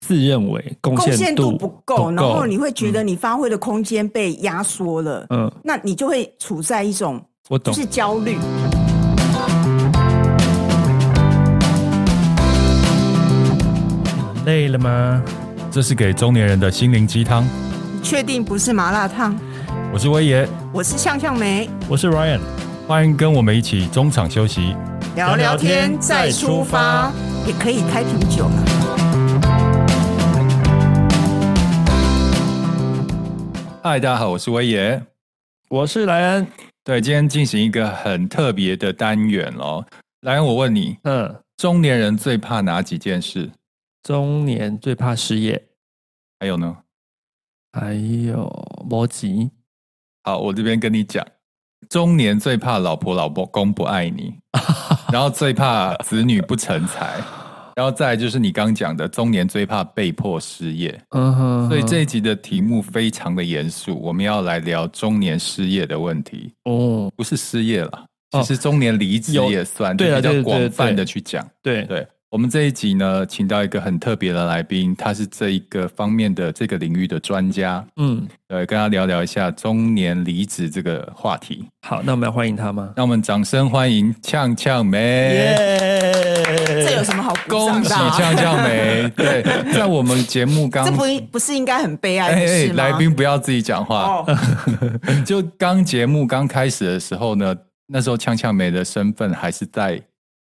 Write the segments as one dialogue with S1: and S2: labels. S1: 自认为贡
S2: 贡献
S1: 度
S2: 度不够，然
S3: 嗯
S2: 后你会觉得你发挥的空间被压缩了，
S1: 嗯，
S2: 那你就会处在一种
S1: 我
S2: 就
S1: 懂。
S2: 是焦虑。
S4: 累了吗？
S3: 这是给中年人的心灵鸡汤。
S2: 确定不是麻辣烫？
S3: 我是威爷，
S2: 我是向向梅，
S4: 我是 Ryan，
S3: 欢迎跟我们一起中场休息。
S2: 聊聊天再出发，也可以开瓶酒啊了。
S3: 嗨，大家好，我是威爷。
S1: 我是莱恩，
S3: 对，今天进行一个很特别的单元哦。来，我问你，
S1: 嗯，
S3: 中年人最怕哪几件事？
S1: 中年最怕失业，
S3: 还有呢？
S1: 还有摩吉。
S3: 好，我这边跟你讲，中年最怕老婆老公不爱 你，然后最怕子女不成才，然后再来就是你刚讲的，中年最怕被迫失业。
S1: 嗯哼，
S3: 所以这一集的题目非常的严肃，我们要来聊中年失业的问题，
S1: 哦，
S3: 不是失业了，
S1: 哦
S3: 其实中年离职
S1: 有
S3: 也算，
S1: 对
S3: 就
S1: 啊
S3: 比较
S1: 对对
S3: 广
S1: 对
S3: 泛的
S1: 对
S3: 去讲。
S1: 对，
S3: 对我们这一集呢，请到一个很特别的来宾，他是这一个方面的这个领域的专家，
S1: 嗯，
S3: 对，跟他聊聊一下中年离职这个话题。
S1: 好，那我们要欢迎他吗？
S3: 让我们掌声欢迎呛呛梅。
S2: 这有什么好鼓掌
S3: 恭喜
S2: 的啊、
S3: 呛呛梅！对，在我们节目 刚
S2: 这不不是应该很悲哀
S3: 哎
S2: 的
S3: 哎，
S2: 事吗？
S3: 来宾不要自己讲 话。
S2: 哦，
S3: 就刚节目刚开始的时候呢，那时候呛呛梅的身份还是在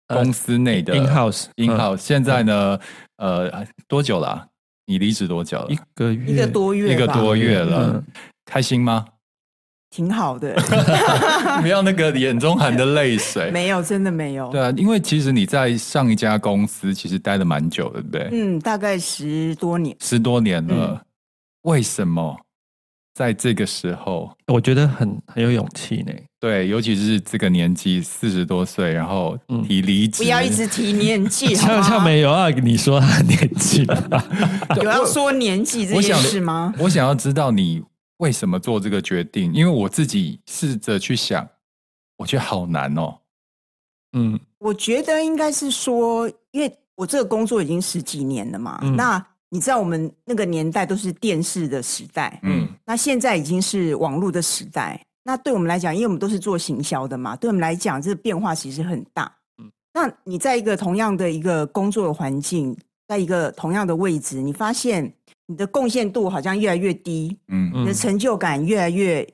S3: 公司内的
S1: in house，
S3: in
S1: 嗯
S3: house。现在呢，呃，多久啦、你离职多久了
S1: 一？个月，
S2: 一个多月吧，
S3: 一个多月了
S1: 嗯，
S3: 开心吗？
S2: 挺好的，
S3: 不要那个眼中含的泪水。
S2: 没有，真的没有。
S3: 对啊，因为其实你在上一家公司其实待了蛮久的，对不对？
S2: 嗯，大概十多年。
S3: 十多年了，为什么在这个时候？
S1: 我觉得很很有勇气呢。
S3: 对，尤其是这个年纪，四十多岁，然后
S1: 嗯
S3: 提离职，
S2: 不要一直提年 纪，好
S1: 像
S2: 吗
S1: 像没有啊，你说他年啊纪了，
S3: 对
S2: 有要啊
S3: 我
S2: 说年纪这
S3: 我
S2: 件
S3: 想
S2: 事吗？
S3: 我想要知道你为什么做这个决定，因为我自己试着去想，我觉得好难哦。
S1: 嗯
S2: 我觉得应该是说，因为我这个工作已经十几年了嘛，
S1: 嗯
S2: 那你知道我们那个年代都是电视的时代，
S3: 嗯
S2: 那现在已经是网络的时代。那对我们来讲，因为我们都是做行销的嘛，对我们来讲，这个变化其实很大。
S1: 嗯
S2: 那你在一个同样的一个工作的环境，在一个同样的位置，你发现你的贡献度好像越来越低，
S3: 嗯
S1: 嗯
S2: 你的成就感越来越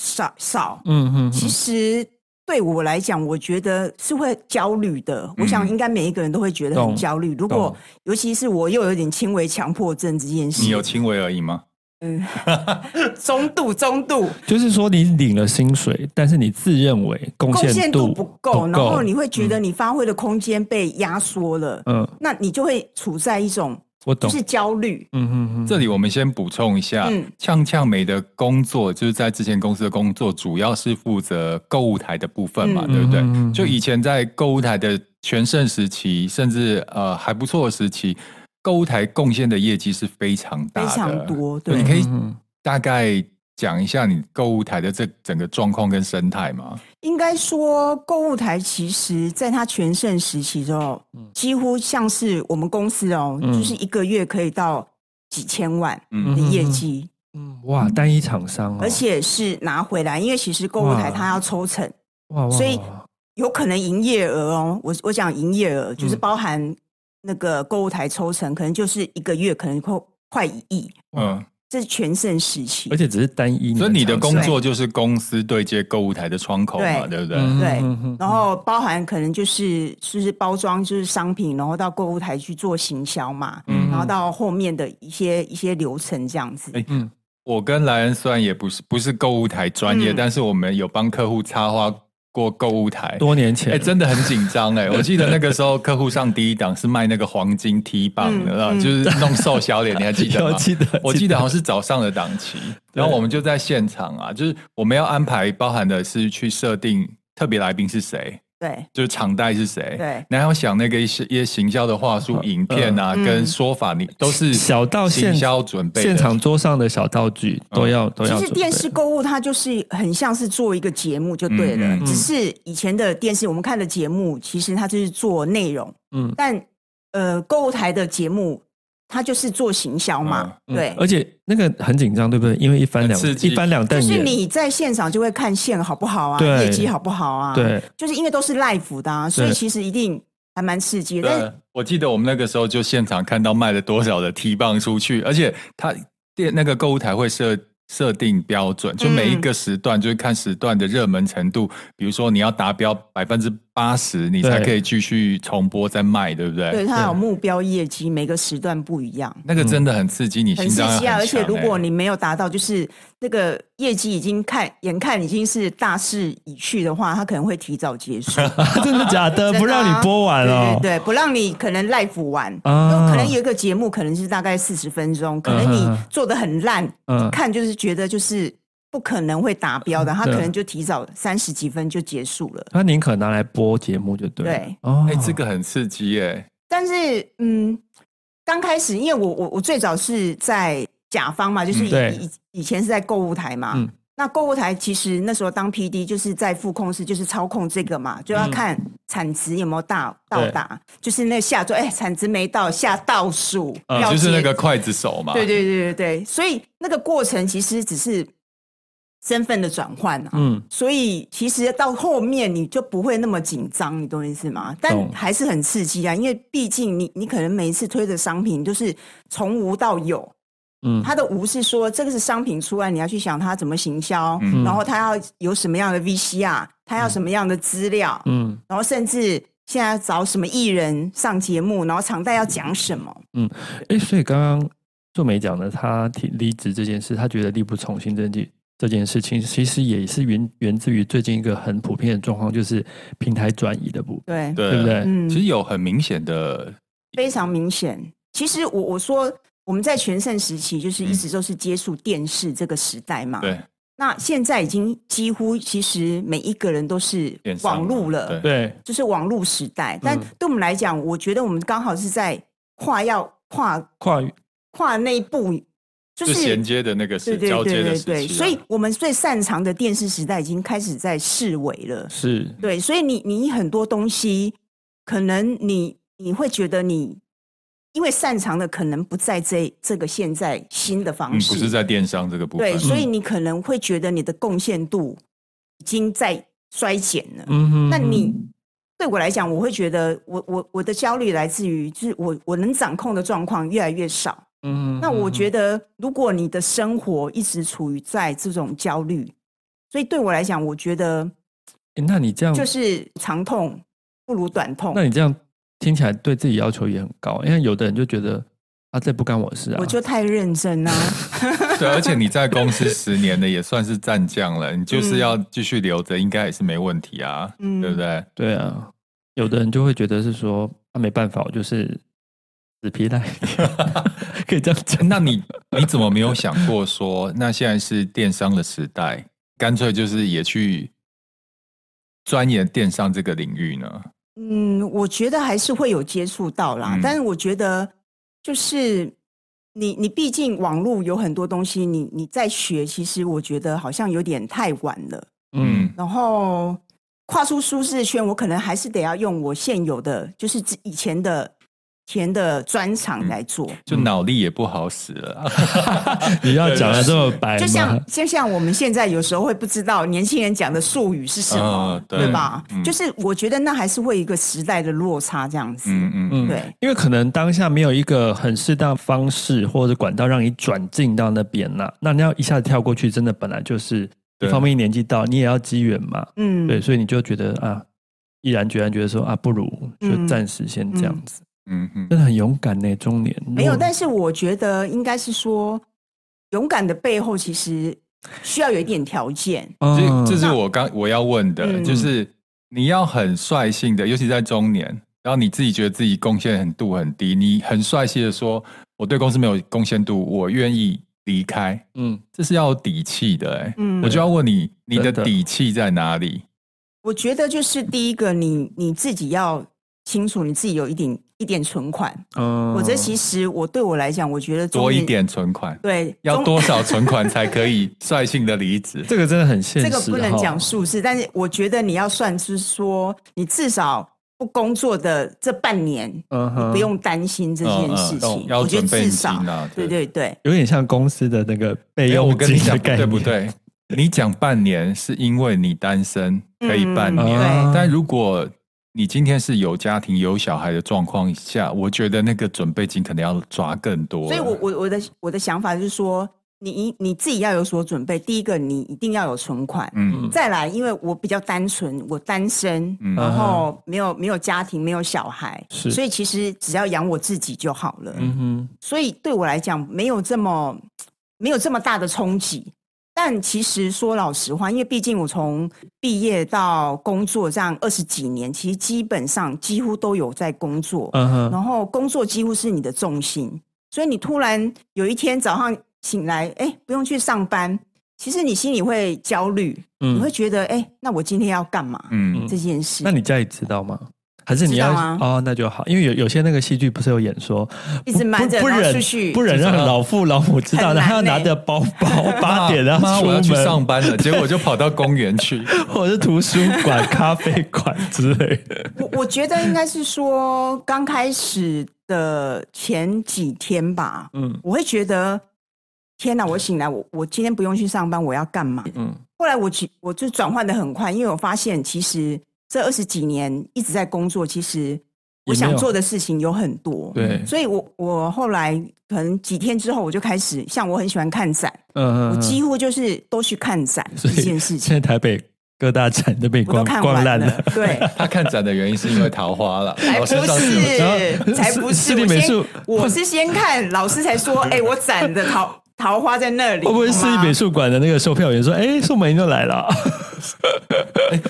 S2: 少少。
S1: 嗯嗯，
S2: 其实对我来讲，我觉得是会焦虑的。我想应该每一个人都会觉得很
S1: 懂
S2: 焦虑。如果尤其是我又有点轻微强迫症这件事，
S3: 你有轻微而已吗？
S2: 嗯中度中度
S1: 就是说你领了薪水，但是你自认为贡
S2: 贡献
S1: 度
S2: 度不够，然后你会觉得你发挥的空间被压缩了，
S1: 嗯，
S2: 那你就会处在一种
S1: 我
S2: 就
S1: 懂，
S2: 是焦虑。
S1: 嗯嗯嗯，
S3: 这里我们先补充一下
S2: 嗯，
S3: 呛呛美的工作就是在之前公司的工作，主要是负责购物台的部分嘛，
S2: 嗯
S3: 对不
S1: 嗯嗯嗯
S3: 对？就以前在购物台的全盛时期，甚至呃还不错的时期，购物台贡献的业绩是非常大的，
S2: 非常多对
S3: 你可以
S1: 嗯
S3: 大概讲一下你购物台的这整个状况跟生态吗？
S2: 应该说，购物台其实在它全盛时期之后，几乎像是我们公司哦，
S1: 嗯
S2: 就是一个月可以到几千万的
S3: 嗯
S2: 业绩。
S1: 嗯，哇，单一厂商哦，
S2: 而且是拿回来，因为其实购物台
S1: 哇
S2: 它要抽成，
S1: 哇哇，哇
S2: 所以有可能营业额哦，我我讲营业额就是
S1: 嗯
S2: 包含那个购物台抽成，可能就是一个月可能快快一亿，
S3: 嗯，
S2: 这是全盛时期
S1: 而。且只是单一厂商，
S3: 所以你的工作就是公司对接购物台的窗口嘛，
S2: 对
S3: 对不对？
S1: 嗯，
S2: 对
S1: 嗯嗯嗯
S2: 然后包含可能就是就是包装就是商品，然后到购物台去做行销嘛，
S3: 嗯
S2: 然后到后面的一些一些流程这样子。
S3: 哎
S1: 嗯
S3: 我跟莱恩虽然也不是不是购物台专业，
S2: 嗯
S3: 但是我们有帮客户插花过购物台。
S1: 多年
S3: 哎、
S1: 前，
S3: 真的很紧张哎！我记得那个时候，客户上第一档是卖那个黄金 T 棒的，
S2: 嗯
S3: 然后
S2: 嗯
S3: 就是弄瘦小脸，你还记得
S1: 有
S3: 吗？
S1: 记得，
S3: 我记得好像是早上的档期，然后我们就在现场啊，就是我们要安排，包含的是去设定特别来宾是谁，
S2: 对
S3: 就是场带是谁，
S2: 对，
S3: 然后想那个一些一些行销的话术、影片啊，
S2: 嗯
S3: 跟说法，你都是
S1: 小到现
S3: 行销准备的
S1: 现场桌上的嗯小道具都要都要
S2: 其
S1: 准备，
S2: 实电视购物它就是很像是做一个节目就对了，
S3: 嗯嗯嗯
S2: 只是以前的电视我们看的节目，其实它就是做内容，
S1: 嗯
S2: 但呃购物台的节目他就是做行销嘛，
S1: 嗯
S2: 对。
S1: 而且那个很紧张，对不对？因为一翻两
S3: 很刺激
S1: 一翻两瞪
S2: 就是
S1: 眼，
S2: 你在现场就会看线好不好啊，
S1: 对
S2: 业绩好不好啊？，
S1: 对，
S2: 就是因为都是 live 的、啊，所以
S1: 对
S2: 其实一定还蛮刺激的。但
S3: 对
S2: 是，
S3: 我记得我们那个时候就现场看到卖了多少的 T 棒出去，而且它店那个购物台会设设定标准，就
S2: 嗯
S3: 每一个时段、就是看时段的热门程度，比如说你要达标百分之八十，你才
S1: 对
S3: 可以继续重播再卖，对不对？
S2: 对它有
S1: 对
S2: 目标业绩，每个时段不一样，
S3: 那个真的很刺激，你
S2: 很
S3: 心
S2: 刺
S3: 脏要
S2: 激啊！
S3: 很
S2: 而且
S3: 强
S2: 如果
S3: 欸
S2: 你没有达到，就是那个业绩已经看眼看已经是大势已去的话，它可能会提早结 束。
S1: 真的假的？
S2: 真的啊
S1: 不让你播完哦
S2: 对对。对，不让你可能 live 完，
S1: 啊
S2: 就可能有一个节目可能是大概四十分钟，可能
S1: 嗯
S2: 你
S1: 嗯嗯
S2: 做的很烂，
S1: 嗯
S2: 一看就是觉得就是不可能会达标的，他可
S1: 对
S2: 能就提早三十几分就结束了。
S1: 他宁可拿来播节目就对了。
S2: 对
S1: 哦
S3: 哎、这个很刺激耶、
S2: 但是嗯，刚开始因为我我我最早是在甲方嘛，就是
S3: 嗯
S2: 以、
S1: 对
S2: 以以前是在购物台嘛。
S1: 嗯
S2: 那购物台其实那时候当 P D 就是在副控室，就是操控这个嘛，就
S3: 嗯
S2: 要看产值有没有到到
S1: 对
S2: 达，就是那下周哎、产值没到下倒数，
S1: 嗯
S2: 要
S3: 就是
S2: 结
S3: 那个筷子手嘛，
S2: 对对对对对，所以那个过程其实只是身份的转换啊。
S1: 嗯，
S2: 所以其实到后面你就不会那么紧张，你懂我意思吗？但
S1: 懂
S2: 还是很刺激啊，因为毕竟你你可能每一次推的商品都是从无到有，
S1: 嗯，
S2: 它的无是说这个是商品出来，你要去想它怎么行销，
S3: 嗯
S2: 然后它要有什么样的 VCR，它要什么样的资料，
S1: 嗯
S2: 然后甚至现在找什么艺人上节目，然后常代要讲什么，
S1: 哎、所以刚刚做美讲的，他提离职这件事，他觉得力不从心这件这件事情，其实也是源源自于最近一个很普遍的状况，就是平台转移的部分，
S2: 对，
S3: 对
S1: 对不对？
S2: 嗯
S3: 其实有很明显的，
S2: 非常明显。其实我我说我们在全盛时期，就是一直都是接触电视这个时代嘛。
S3: 嗯对
S2: 那现在已经几乎其实每一个人都是
S3: 电商
S2: 网络
S3: 嘛
S2: 了，
S3: 对
S1: 对，
S2: 就是网络时代。但
S1: 嗯
S2: 对我们来讲，我觉得我们刚好是在跨要跨
S1: 跨越
S2: 跨那一步，就
S3: 就是衔接的那个
S2: 对
S3: 是
S2: 对
S3: 交
S2: 对
S3: 接的
S2: 对
S3: 时期啊、
S2: 对，所以我们最擅长的电视时代已经开始在式微
S3: 嗯
S2: 了。
S1: 是
S2: 对，所以你你很多东西，可能你你会觉得你因为擅长的可能不在这这个现在新的
S3: 嗯，
S2: 方式，
S3: 不是在电商这个部分，啊
S2: 对，所以
S1: 嗯
S2: 你可能会觉得你的贡献度已经在衰减了。
S1: 嗯哼
S2: 那你对我来讲，我会觉得我我我的焦虑来自于就是我我能掌控的状况越来越少。
S1: 嗯
S2: 那我觉
S1: 得
S2: 得，如果你的生活一直处于在这种焦虑，所以对我来讲，我觉得。
S1: 嗯那你这样，
S2: 就是长痛不如短痛
S1: 那。你这样听起来对自己要求也很高，因为有的人就觉得啊，这不干我事啊，
S2: 我就太认真啊啦、
S3: 对，而且你在公司十年的也算是战将了，你就是要继续留着，应该也是没问题啊，
S2: 嗯
S3: 对不对？
S1: 对啊，有的人就会觉得是说啊，没办法，我就是死皮 赖脸，可以这样讲。
S3: 那你你怎么没有想过说，那现在是电商的时代，干脆就是也去钻研电商这个领域呢？
S2: 嗯，我觉得还是会有接触到啦，
S3: 嗯
S2: 但是我觉得就是你你毕竟网络有很多东西，你你在学，其实我觉得好像有点太晚了。
S1: 嗯，
S2: 然后跨出舒适圈，我可能还是得要用我现有的，就是之以前的前的专
S3: 嗯
S2: 长来做。
S3: 就脑力也不好使了啊。
S1: 你要讲的这么白
S3: 哎
S2: 就
S1: 吗
S2: 像？就像我们现在有时候会不知道年轻人讲的术语是什么
S3: 嗯，对
S2: 对吧
S3: 嗯？
S2: 就是我觉得那还是会有一个时代的落差这样子。
S3: 嗯嗯嗯，
S1: 嗯
S2: 对，
S1: 因为可能当下没有一个很适当方式或者管道让你转进到那边呐、那你要一下子跳过去，真的本来就是一
S3: 对
S1: 方面年纪到，你也要机缘嘛，
S2: 嗯，
S1: 对，所以你就觉得啊，毅然决然觉得说啊，不如就
S2: 嗯
S1: 暂时先这样子，
S3: 嗯嗯
S1: 真的很勇敢呢、中年
S2: 没有，
S1: 如果
S2: 但是我觉得应该是说，勇敢的背后其实需要有一点条件。
S1: 嗯
S3: 这这是我刚我要问的，
S2: 嗯
S3: 就是你要很率性的，尤其在中年，然后你自己觉得自己贡献很度很低，你很率性的说，我对公司没有贡献度，我愿意离开，
S1: 嗯
S3: 这是要有底气的、欸。
S2: 嗯，
S3: 我就要问你，你的
S1: 真的
S3: 底气在哪里？
S2: 我觉得就是第一个，你你自己要清楚，你自己有一点一点存款。
S1: 嗯，
S2: 我觉得其实我对我来讲，我觉得中
S3: 多一
S2: 年，
S3: 点存款，
S2: 对，
S3: 要
S2: 中
S3: 多少存款才可以率性的离职？
S1: 这个真的很现
S2: 这
S1: 实，
S2: 个不能
S1: 哈
S2: 讲数字，但是我觉得你要算是说，你至少不工作的这半年，
S1: 嗯哼，
S2: 不用担心 这件事
S3: 嗯
S2: 情
S3: 嗯。要
S2: 我觉
S3: 准
S2: 得
S3: 备
S2: 至
S3: 你
S2: 少，
S3: 啊，
S2: 对对对，
S1: 有点像公司的那个备
S3: 没有，
S1: 用
S3: 我跟你
S1: 金
S3: 讲
S1: 的
S3: 不
S1: 概念，
S3: 对不？对？你讲半年是因为你单身可以半
S2: 嗯
S3: 年，
S1: 啊
S3: 但如果你今天是有家庭有小孩的状况下，我觉得那个准备金可能要抓更多。
S2: 所以我我我的我的想法就是说，你你自己要有所准备。第一个，你一定要有存款。
S3: 嗯
S2: 再来，因为我比较单纯，我单身，
S3: 嗯
S2: 然
S1: 啊
S2: 后没有没有家庭，没有小孩，
S1: 是
S2: 所以其实只要养我自己就好了。
S1: 嗯哼，
S2: 所以对我来讲，没有这么没有这么大的冲击。但其实说老实话，因为毕竟我从毕业到工作这样二十几年，其实基本上几乎都有在工作，
S1: 嗯哼，
S2: 然后工作几乎是你的重心，所以你突然有一天早上醒来，哎，不用去上班，其实你心里会焦虑，你会
S1: 嗯，
S2: 觉得，哎，那我今天要干嘛？
S3: 嗯
S2: 这件事
S1: 那你家里知道吗？还是你要
S2: 知道啊
S1: 哦，那就好，因为有有些那个戏剧不是有演说，
S2: 一直瞒着，
S1: 不不
S2: 然后出
S1: 忍
S2: 去，
S1: 不忍让老父老母知道，
S2: 很难
S1: 然后要
S2: 呢
S1: 拿着包包八点要
S3: 妈，
S1: 出
S3: 我要去上
S1: 门，
S3: 班了，结果就跑到公园 去。
S1: 或者是图书馆、咖啡馆之类的。
S2: 我我觉得应该是说刚开始的前几天吧，
S1: 嗯
S2: 我会觉得天哪，我醒来，我我今天不用去上班，我要干嘛？
S1: 嗯
S2: 后来我其我就转换的很快，因为我发现其实这二十几年一直在工作，其实
S1: 也
S2: 我
S1: 没
S2: 想
S1: 有
S2: 做的事情有很多，
S1: 对
S2: 所以我我后来可能几天之后，我就开始像我很喜欢看展，
S1: 嗯，
S2: 我
S1: 嗯
S2: 几乎就是都去看展这
S1: 所以
S2: 件
S1: 现
S2: 事
S1: 在
S2: 情，
S1: 台北各大展都被
S2: 我都
S1: 逛
S2: 看
S1: 逛
S2: 完
S1: 烂了。
S2: 对。
S3: 他看展的原因是因为桃花了，
S2: 才
S3: 老
S2: 不
S3: 师上次有讲
S1: 然后
S2: 是，才不
S1: 私
S2: 是！
S1: 立
S2: 我
S1: 美
S2: 先
S1: 术
S2: 我是先看老师才说，哎，我攒的桃桃花在那里，
S1: 会不会
S2: 好
S1: 市立
S2: 吗
S1: 美术馆的那个售票员说：“哎，宋美龄又来了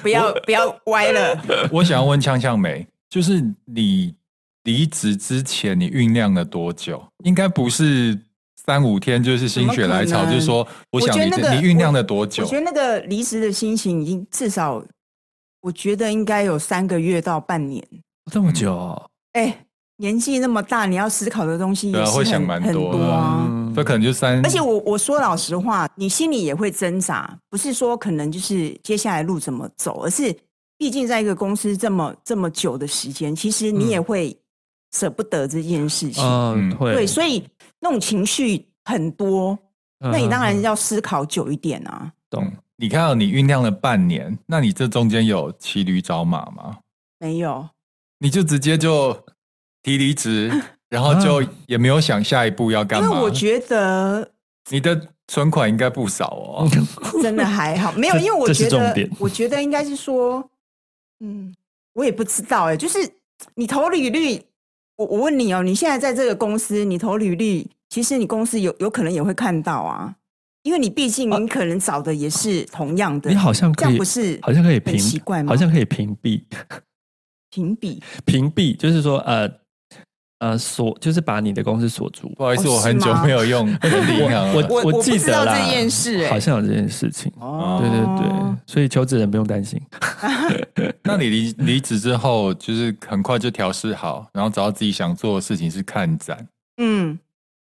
S2: 不要不要歪了，
S3: 我想要问呛呛梅，就是你离职之前，你酝酿了多久？应该不是三五天，就是心血来
S2: 怎么
S3: 潮，
S2: 可能
S3: 就说我想离
S2: 我
S3: 职，
S2: 觉得那个
S3: 你酝酿了多
S2: 我
S3: 久
S2: 觉？得那个离职的心情已经至少，我觉得应该有三个月到半年。？”
S1: 这么久哦，
S2: 哎，年纪那么大，你要思考的东西也
S3: 对啊
S2: 是
S3: 会想
S2: 很
S3: 蛮
S2: 很
S3: 多
S2: 多啊。
S1: 嗯
S3: 这可能就三，
S2: 而且我我说老实话，你心里也会挣扎，不是说可能就是接下来路怎么走，而是毕竟在一个公司这么这么久的时间，其实你也会舍不得这件事情。
S1: 嗯，
S3: 嗯
S1: 会
S2: 对，所以那种情绪很多，
S1: 嗯
S2: 那你当然
S1: 嗯
S2: 要思考久一点啊。
S1: 懂
S3: 你看到你酝酿了半年，那你这中间有骑驴找马吗？
S2: 没有，
S3: 你就直接就提离 职，然后就也没有想下一步要
S2: 因
S3: 干
S2: 为
S3: 嘛？
S2: 我觉得
S3: 你的存款应该不少哦。
S2: 嗯真的还好，没 有，
S1: 这
S2: 因为我
S1: 这是
S2: 觉
S1: 重
S2: 得
S1: 点，
S2: 我觉得应该是说，嗯，我也不知道哎、就是你投履历，我我问你哦，你现在在这个公司，你投履历，其实你公司有有可能也会看到啊，因为你毕竟你可能找的也是同样的，
S1: 啊你好像
S2: 这
S1: 可
S2: 样
S1: 以
S2: 不，是
S1: 好像可以
S2: 很
S1: 屏
S2: 奇怪，吗
S1: 好像可以屏蔽，
S2: 评比
S1: 屏蔽就是说呃呃锁，就是把你的公司锁住。
S3: 不好意思，
S2: 哦
S3: 我很久
S2: 是吗
S3: 没有用人力银行了。
S2: 我
S1: 我
S2: 我
S1: 记
S2: 不知道
S1: 得啦
S2: 这件事哎
S1: 好像有这件事情。
S2: 哦
S1: 对对对，所以求职人不用担心。
S3: 那你离离职之后，就是很快就调试好，然后找到自己想做的事情是看展。
S2: 嗯，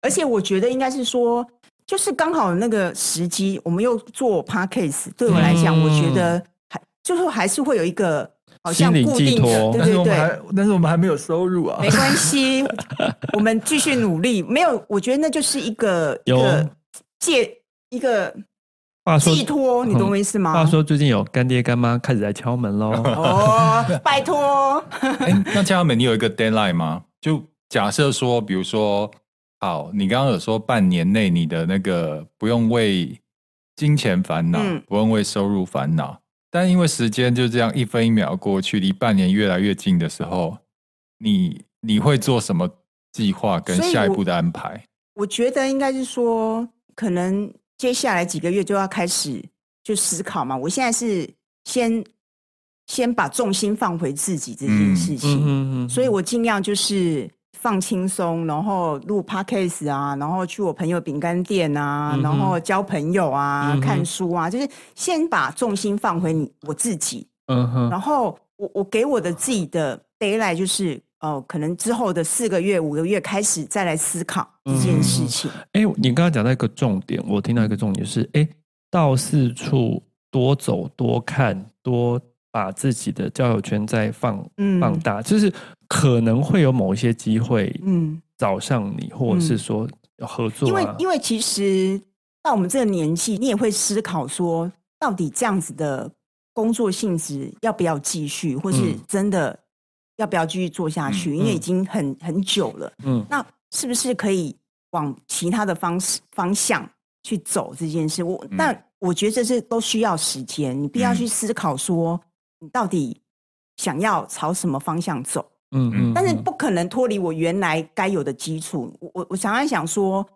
S2: 而且我觉得应该是说，就是刚好那个时机，我们又做 podcast，对我来讲，
S1: 嗯
S2: 我觉得还就是还是会有一个好像
S1: 心理
S2: 固
S1: 寄
S2: 定的，
S1: 托
S2: 对对对，，
S3: 但是我们还没有收入啊
S2: 没关系，我们继续努力。没有，我觉得那就是一个一
S1: 有
S2: 个借一个
S1: 话说
S2: 寄托，你懂我意思吗？
S1: 话说最近有干爹干妈开始来敲门 喽。
S2: 哦，拜托，
S3: 哎、那嘉美，你有一个 deadline 吗？就假设说，比如说，好，你刚刚有说半年内你的那个不用为金钱烦恼，
S2: 嗯
S3: 不用为收入烦恼，但因为时间就这样一分一秒过去，离半年越来越近的时候，你你会做什么计划跟
S2: 所以
S3: 下一
S2: 我
S3: 步的安排？
S2: 我觉得应该是说，可能接下来几个月就要开始就思考嘛。我现在是先先把重心放回自己这件事
S1: 嗯
S2: 情，
S1: 嗯嗯，
S2: 所以我尽量就是放轻松，然后录 podcast 啊，然后去我朋友饼干店啊，
S1: 嗯哼
S2: 然后交朋友
S1: 嗯
S2: 啊，
S1: 哼
S2: 看书啊，就是先把重心放回你我自己，
S1: 嗯哼，
S2: 然后我我给我的自己的 d a y l i g h t 就是。哦，可能之后的四个月、五个月开始再来思考这件事情。
S1: 哎、你刚刚讲到一个重点，我听到一个重点是，哎，到四处多走、多看、多把自己的交友圈再放
S2: 嗯
S1: 放大，就是可能会有某一些机会
S2: 嗯，
S1: 找上你，或者是说合作、啊，
S2: 因为因为其实到我们这个年纪，你也会思考说，到底这样子的工作性质要不要继续，或是
S1: 嗯
S2: 真的要不要继续做下去？因为
S1: 嗯
S2: 已经很很久了，
S1: 嗯
S2: 那是不是可以往其他的方式方向去走这件事？我
S3: 嗯
S2: 但我觉得这是都需要时间，你必要去
S3: 嗯
S2: 思考说，你到底想要朝什么方向走。
S1: 嗯嗯，
S2: 但是不可能脱离我原来该有的基础。我我我常常想说，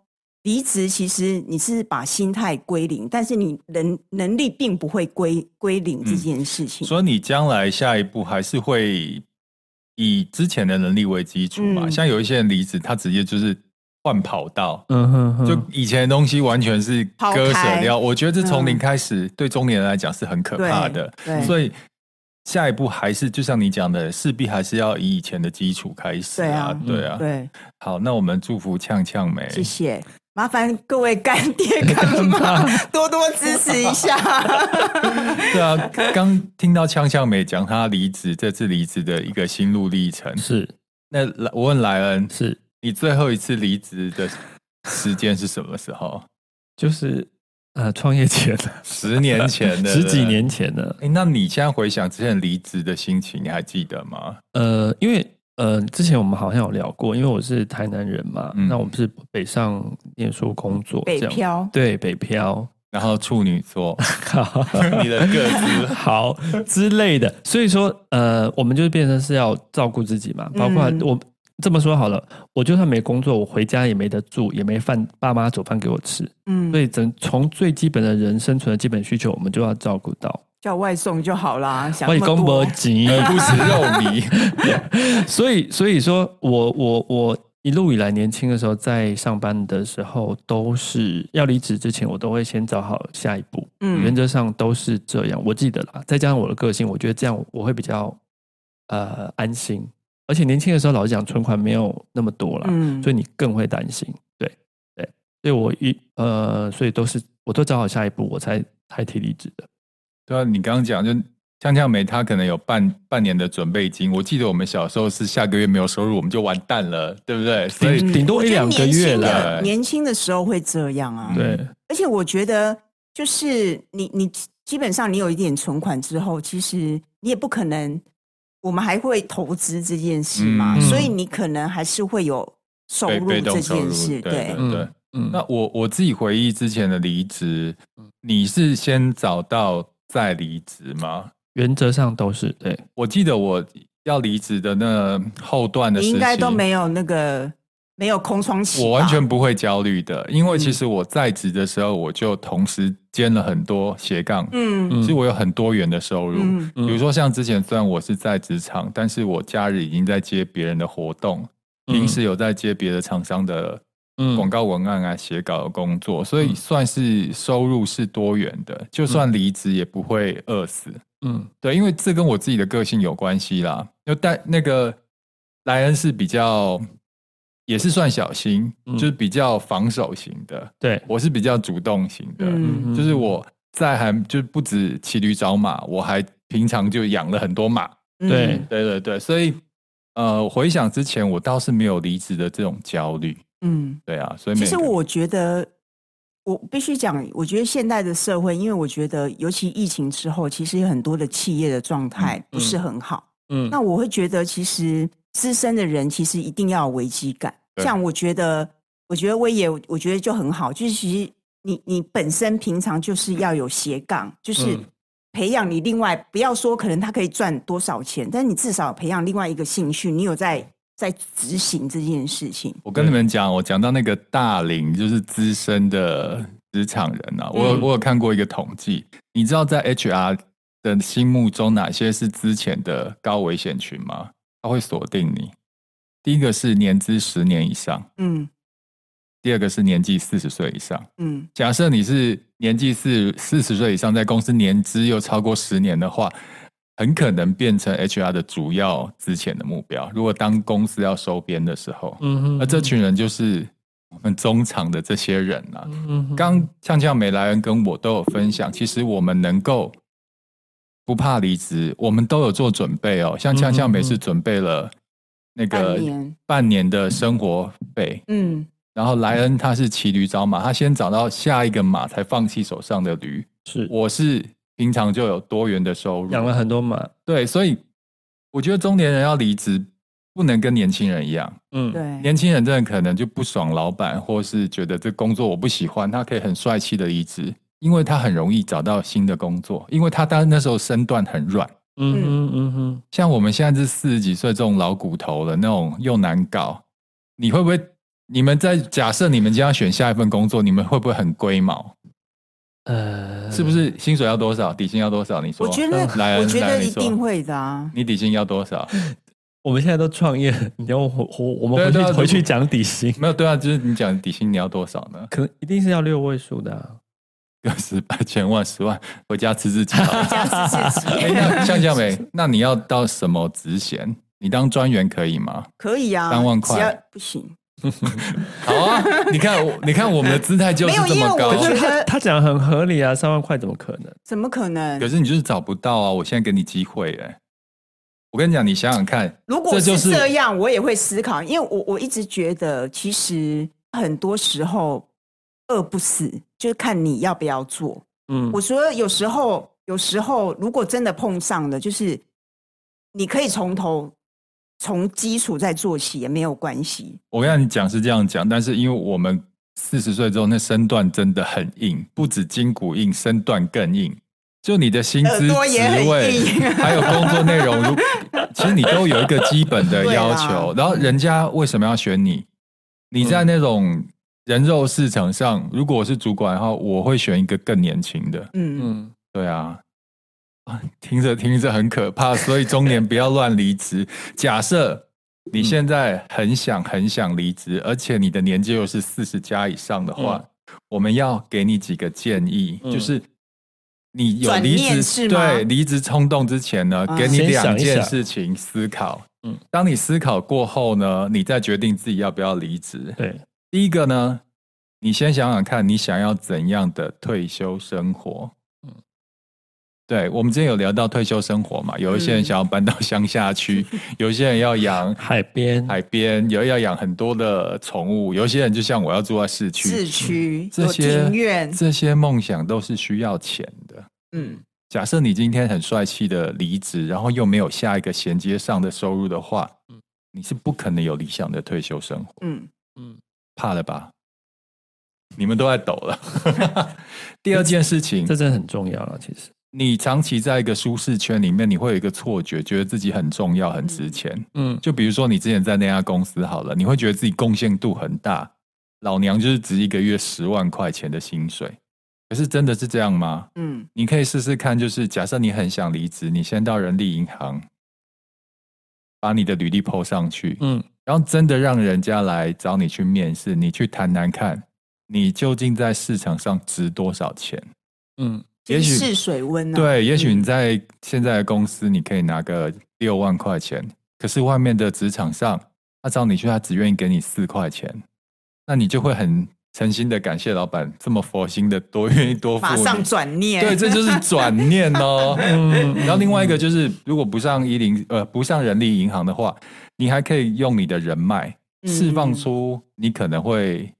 S2: 离职其实你是把心态归零，但是你能能力并不会归归零这件事
S1: 嗯
S2: 情。
S3: 所以你将来下一步还是会以之前的能力为基础嘛？
S2: 嗯
S3: 像有一些人离职，他直接就是换跑道，
S1: 嗯哼哼，
S3: 就以前的东西完全是
S2: 抛
S3: 割舍
S2: 开
S3: 掉。我觉得这从
S2: 嗯
S3: 零开始，对中年人来讲是很可
S2: 对
S3: 怕的。
S2: 对
S3: 所以下一步还是就像你讲的，势必还是要以以前的基础开始
S2: 对
S3: 啊
S2: 啊，
S3: 对啊。
S2: 对，
S3: 好，那我们祝福呛呛
S1: 哎
S3: 梅，
S2: 谢谢，麻烦各位干爹 干妈多多支持一下。
S3: 对啊，刚听到呛呛美讲她离职这次离职的一个心路历程。
S1: 是
S3: 那我问莱恩，
S1: 是，
S3: 你最后一次离职的时间是什么时 候？
S1: 就是呃，创业前
S3: 十年前的，
S1: 十几年前的，
S3: 哎，那你现在回想之前离职的心情，你还记得吗？
S1: 呃，因为呃，之前我们好像有聊过，因为我是台南人嘛，
S3: 嗯
S1: 那我们是北上念书、工作，
S2: 北
S1: 这样
S2: 漂
S1: 对北漂，
S3: 然后处女座，
S1: 好
S3: 你的个子，
S1: 好之类的，所以说呃，我们就变成是要照顾自己嘛，包括
S2: 嗯
S1: 我。这么说好了，我就算没工作，我回家也没得住，也没饭，爸妈煮饭给我吃，所
S2: 嗯，
S1: 以整从最基本的人生存的基本需求，我们就要照顾到。
S2: 叫外送就好啦，想
S1: 我你
S2: 那么
S1: 公伯
S2: 多。
S1: 急，
S3: 呃不食肉糜。
S1: 所以所以说我我我一路以来年轻的时候，在上班的时候，都是要离职之前，我都会先找好下一步，原
S2: 嗯
S1: 则上都是这样，我记得啦。再加上我的个性，我觉得这样我会比较呃安心，而且年轻的时候老实讲，存款没有那么多啦，
S2: 嗯
S1: 所以你更会担心。对对，所以我一呃，所以都是我都找好下一步，我才才提离职的。
S3: 对啊，你刚刚讲就呛呛梅，她可能有半半年的准备金。我记得我们小时候是下个月没有收入，我们就完蛋了，对不对？所以
S1: 顶顶多一两个月
S2: 我觉得
S1: 啦。
S2: 年轻的
S3: 了
S2: 年轻的时候会这样啊。
S1: 对，
S2: 而且我觉得，就是你你基基本上你有一点存款之后，其实你也不可能，我们还会投资这件事嘛，
S3: 嗯
S2: 所以你可能还是会有收
S3: 被
S2: 入
S3: 被
S2: 这
S3: 动收入
S2: 件，事。
S3: 对对
S1: 嗯
S3: 对。
S1: 嗯，
S3: 那我我自己回忆之前的离职，你是先找到再离职吗？
S1: 原则上都是对，
S3: 我记得我要离职的那后段的时
S2: 你
S3: 期，
S2: 应该都没有那个没有空窗期吧，嗯
S3: 我完全不会焦虑的，因为其实我在职的时候，我就同时兼了很多斜杠，
S2: 嗯
S1: 嗯
S3: 其实我有很多元的收入。
S2: 嗯
S1: 嗯
S3: 比如说像之前，虽然我是在职场，但是我假日已经在接别人的活动，
S1: 嗯
S3: 平时有在接别的厂商的
S1: 嗯
S3: 广告文案啊、写稿的工作，所以
S1: 嗯
S3: 算是收入是多元的，就算离职也不会饿死。
S1: 嗯
S3: 对，因为这跟我自己的个性有关系啦。就但那个莱恩是比较，也是算小心，
S1: 嗯
S3: 就是比较防守型的。
S1: 对，
S3: 我是比较主动型的，
S2: 嗯
S1: 嗯
S3: 就是我在还就不止骑驴找马，我还平常就养了很多马。
S2: 嗯
S1: 对
S3: 对对对，所以呃，回想之前，我倒是没有离职的这种焦虑。
S2: 嗯。
S3: 对啊，所以
S2: 其
S3: 每
S2: 实
S3: 个
S2: 我觉得，我必须讲，我觉得现代的社会，因为我觉得尤其疫情之后，其实很多的企业的状态不是很好。
S1: 嗯
S2: 那我会觉得，其实资深的人其实一定要有危机感。
S3: 对
S2: 像我觉得，我觉得威爷，我觉得就很好，就是其实你你本身平常就是要有斜杠，就是
S1: 嗯
S2: 培养你另外，不要说可能他可以赚多少钱，但你至少培养另外一个兴趣，你有在在执行这件事情。
S3: 我跟你们讲，我讲到那个大龄，就是资深的职场人啊，我有、
S1: 嗯
S3: 我有看过一个统计，你知道在 HR 的心目中哪些是之前的高危险群吗？他会锁定你。第一个是年资十年以上，
S2: 嗯
S3: 第二个是年纪四十岁以上。
S2: 嗯
S3: 假设你是年纪四四十岁以上，在公司年资又超过十年的话，很可能变成 HR 的主要之前的目标。如果当公司要收编的时候，
S1: 嗯哼
S3: 那这群人就是我们中场的这些人啊。
S1: 嗯哼
S3: 刚像像梅莱恩跟我都有分享，其实我们能够不怕离职，我们都有做准备哦。像锵锵美
S1: 嗯
S3: 是准备了那
S2: 半
S3: 个
S2: 年，
S3: 半年的生活费，
S2: 嗯，
S3: 然后莱恩他是骑驴找马，他先找到下一个马才放弃手上的驴。
S1: 是
S3: 我是平常就有多元的收
S1: 养
S3: 入，
S1: 了很多马，
S3: 对，所以我觉得中年人要离职，不能跟年轻人一样。
S1: 嗯，
S2: 对，
S3: 年轻人真的可能就不爽老板，或是觉得这工作我不喜欢，他可以很帅气的离职，因为他很容易找到新的工作，因为他当那时候身段很软。
S1: 嗯哼嗯哼，
S3: 像我们现在是四十几岁这种老骨头了，那种又难搞，你会不会？你们在假设你们今天要选下一份工作，你们会不会很龟毛？
S1: 呃，
S3: 是不是薪水要多少，底薪要多少？你说，
S2: 嗯我觉得
S3: 嗯来，啊
S2: 我觉
S3: 来
S2: 得
S3: 你
S2: 一
S3: 说
S2: 定会的啊。
S3: 你底薪要 多少？
S1: 我们现在都创业， 你要我我我们回
S3: 对对啊
S1: 去
S3: 如
S1: 回去
S3: 果
S1: 讲底薪，
S3: 没有，对啊，就是你讲底薪你要多少呢？
S1: 可能一定是要六位数的啊。
S3: 个十八千万十万，回家吃自己好了。
S2: 家是自
S3: 哎
S2: 己
S3: 那像佳美，那你要到什么职衔？你当专员可以吗？
S2: 可以啊，
S3: 三万块
S2: 只要不行，
S3: 好啊，你 看我，你看我们的姿态就是
S2: 没有
S3: 这么
S2: 因为
S3: 高啊
S2: 我。
S1: 可是
S2: 觉
S1: 他
S2: 得
S1: 他讲得很合理啊，三万块怎么可能？
S2: 怎么可能
S3: 可？是你就是找不到啊！我现在给你机会、哎，我跟你讲，你想想看，
S2: 如果
S3: 这就是是
S2: 这样，我也会思考，因为我我一直觉得，其实很多时候饿不死，就是看你要不要做。
S1: 嗯，
S2: 我觉得有时候，有时候如果真的碰上了，就是你可以从头从基础再做起也没有关系。
S3: 我跟你讲是这样讲，但是因为我们四十岁之后，那身段真的很硬，不止筋骨硬，身段更硬。就你的薪资、
S2: 耳朵
S3: 职
S2: 也很
S3: 位
S2: 硬，
S3: 还有工作内容，如其实你都有一个基本的要
S2: 对啊
S3: 求
S2: 啦。
S3: 然后人家为什么要选你？你在那种人肉市场上，如果我是主管的话，我会选一个更年轻的。
S2: 嗯，
S1: 嗯，
S3: 对啊，啊，听着听着很可怕，所以中年不要乱离职。假设你
S1: 嗯
S3: 现在很想很想离职，而且你的年纪又是四十加以上的话，我们要给你几个建议，
S1: 嗯
S3: 就是。你有
S2: 转
S3: 离
S2: 念
S3: 职
S2: 是吗
S3: 对离职冲动之前呢，
S2: 嗯
S3: 给你
S1: 先
S3: 两
S1: 想一
S3: 件
S1: 想
S3: 事情思考。
S1: 嗯
S3: 当你思考过后呢，你再决定自己要不要离职。
S1: 对，
S3: 第一个呢，你先想想看，你想要怎样的退休生活？嗯
S1: 嗯，
S3: 对，我们之前有聊到退休生活嘛，有一些人
S2: 嗯
S3: 想要搬到乡下去，有一些人要养
S1: 海边，
S3: 海边，有要养很多的宠物，有一些人就像我要住在市区。
S2: 市区
S3: 嗯这
S2: 有
S3: 些
S2: 庭院，
S3: 这些梦想都是需要钱的。
S2: 嗯，
S3: 假设你今天很帅气的离职，然后又没有下一个衔接上的收入的话，你是不可能有理想的退休生活。
S2: 嗯，
S1: 嗯，
S3: 怕了吧？你们都在抖了。 第二件事情
S1: 这，真的很重要了。其实，
S3: 你长期在一个舒适圈里面，你会有一个错觉，觉得自己很重要、很值钱。
S1: 嗯，
S3: 就比如说你之前在那家公司好了，你会觉得自己贡献度很大，老娘就是值一个月十万块钱的薪水。可是真的是这样吗？
S2: 嗯，
S3: 你可以试试看，就是假设你很想离职，你先到人力银行把你的履历 PO 上去，
S1: 嗯，
S3: 然后真的让人家来找你去面试，你去谈谈看，你究竟在市场上值多少钱？
S1: 嗯，
S3: 也许
S2: 试水温啊，
S3: 对，也许
S2: 嗯
S3: 你在现在的公司，你可以拿个六万块钱，可是外面的职场上，他找你去，他只愿意给你四块钱，那你就会很诚心的感谢老板这么佛心的多愿意多付
S2: 马
S3: 你。
S2: 上转念，
S3: 对，这就是转念哦。
S1: 嗯
S3: 然后另外一个就是，如果不上一零呃不上人力银行的话，你还可以用你的人脉
S2: 嗯
S3: 释放出你可能会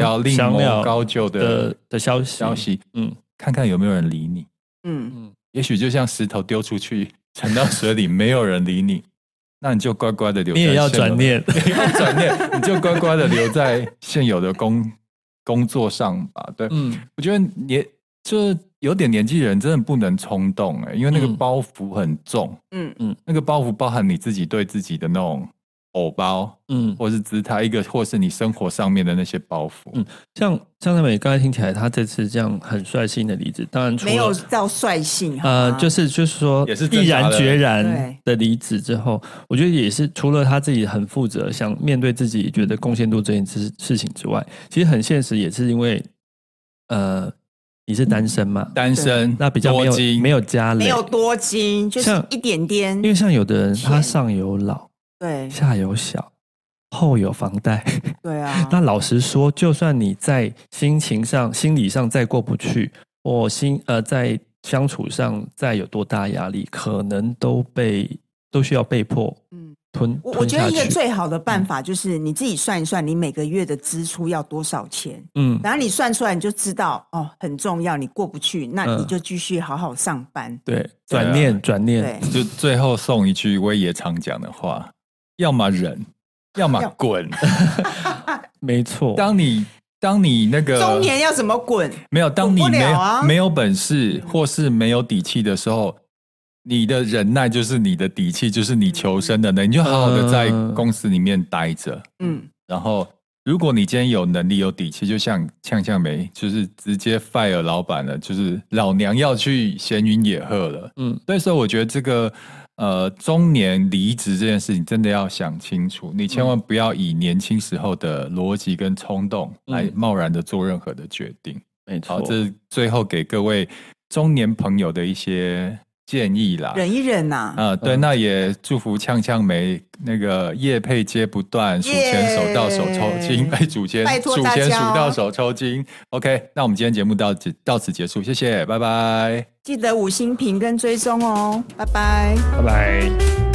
S1: 想
S3: 要另
S1: 想
S3: 谋
S1: 了
S3: 高就的
S1: 的的消息，
S3: 消，息，
S1: 嗯
S3: 看看有没有人理你。
S2: 嗯，
S3: 也许就像石头丢出去沉到水里，没有人理你，那你就乖乖的留在
S1: 你
S3: 现有的。
S1: 也要转念，
S3: 你要转念，你就乖乖的留在现有的工工作上吧。对，
S1: 嗯，
S3: 我觉得年就有点年纪人真的不能冲动哎、因为那个
S1: 嗯
S3: 包袱很重，
S2: 嗯
S3: 那个包袱包含你自己对自己的那种偶包，
S1: 嗯，
S3: 或是姿态，一个或是你生活上面的那些包袱。
S1: 嗯 像像他们刚才听起来，他这次这样很率性的离职，当然除
S2: 没有
S1: 了
S2: 到率性，
S1: 呃，就是是就是说，
S3: 也是挣
S1: 毅
S3: 扎
S1: 然
S3: 了
S1: 决然
S2: 啊
S1: 的
S2: 对
S1: 离职之后，我觉得也是除了他自己很负责，想面对自己觉得贡献度这件事事情之外，其实很现实，也是因为呃，你是单身嘛，
S3: 单身，
S1: 那比较没
S3: 多
S1: 有
S3: 金
S1: 没有家
S2: 没
S1: 累，
S2: 有多金，就是
S1: 像
S2: 一点点
S1: 因，为像有的人他
S2: 钱
S1: 上有老，
S2: 对
S1: 下有小，后有房贷。
S2: 对啊，
S1: 那老实说，就算你在心情上、心理上再过不去，我心呃在相处上再有多大压力，可能都被都需要被迫
S2: 嗯
S1: 吞
S2: 我我
S1: 吞
S2: 觉
S1: 下
S2: 得一个
S1: 去。
S2: 最好的
S1: 嗯
S2: 办法就是你自己算一算，你每个月的支出要多少钱，
S1: 嗯，
S2: 然后你算出来你就知道哦，很重要，你过不去，那
S1: 嗯
S2: 你就继续好好上班。
S1: 对，
S3: 啊
S1: 转念转
S2: 对
S1: 念，，
S3: 就最后送一句威爷常讲的话：要么忍，要么
S2: 要
S3: 滚。
S1: 没错。
S3: 当你当你那个
S2: 中年要怎么滚？
S3: 没有，当你
S2: 滚不
S3: 没
S2: 了
S3: 有、
S2: 啊
S3: 没有本事或是没有底气的时候，你的忍耐就是你的底气，就是你求生的能力。你就好好的在
S1: 嗯
S3: 公司里面待着，
S2: 嗯，
S3: 然后如果你今天有能力、有底气，就像呛呛梅，就是直接 fire 老板了，就是老娘要去闲云野鹤了。
S1: 嗯，
S3: 对，所以我觉得这个呃中年离职这件事情真的要想清楚，你千
S2: 嗯
S3: 万不要以年轻时候的逻辑跟冲动来
S1: 嗯
S3: 贸然的做任何的决定。
S1: 没错
S3: 好，。这是最后给各位中年朋友的一些建议啦。
S2: 忍一忍呐、
S3: 啊、对，那也祝福呛呛梅那个业配接不断，数钱手到手抽筋，
S2: 耶
S3: 哎，数钱
S2: 拜托
S3: 数
S2: 大
S3: 钱数
S2: 家哦
S3: 到手抽筋。OK，那我们今天节目到此到此结束，谢谢，拜拜。
S2: 记得五星评跟追踪哦，拜拜。
S1: 拜拜。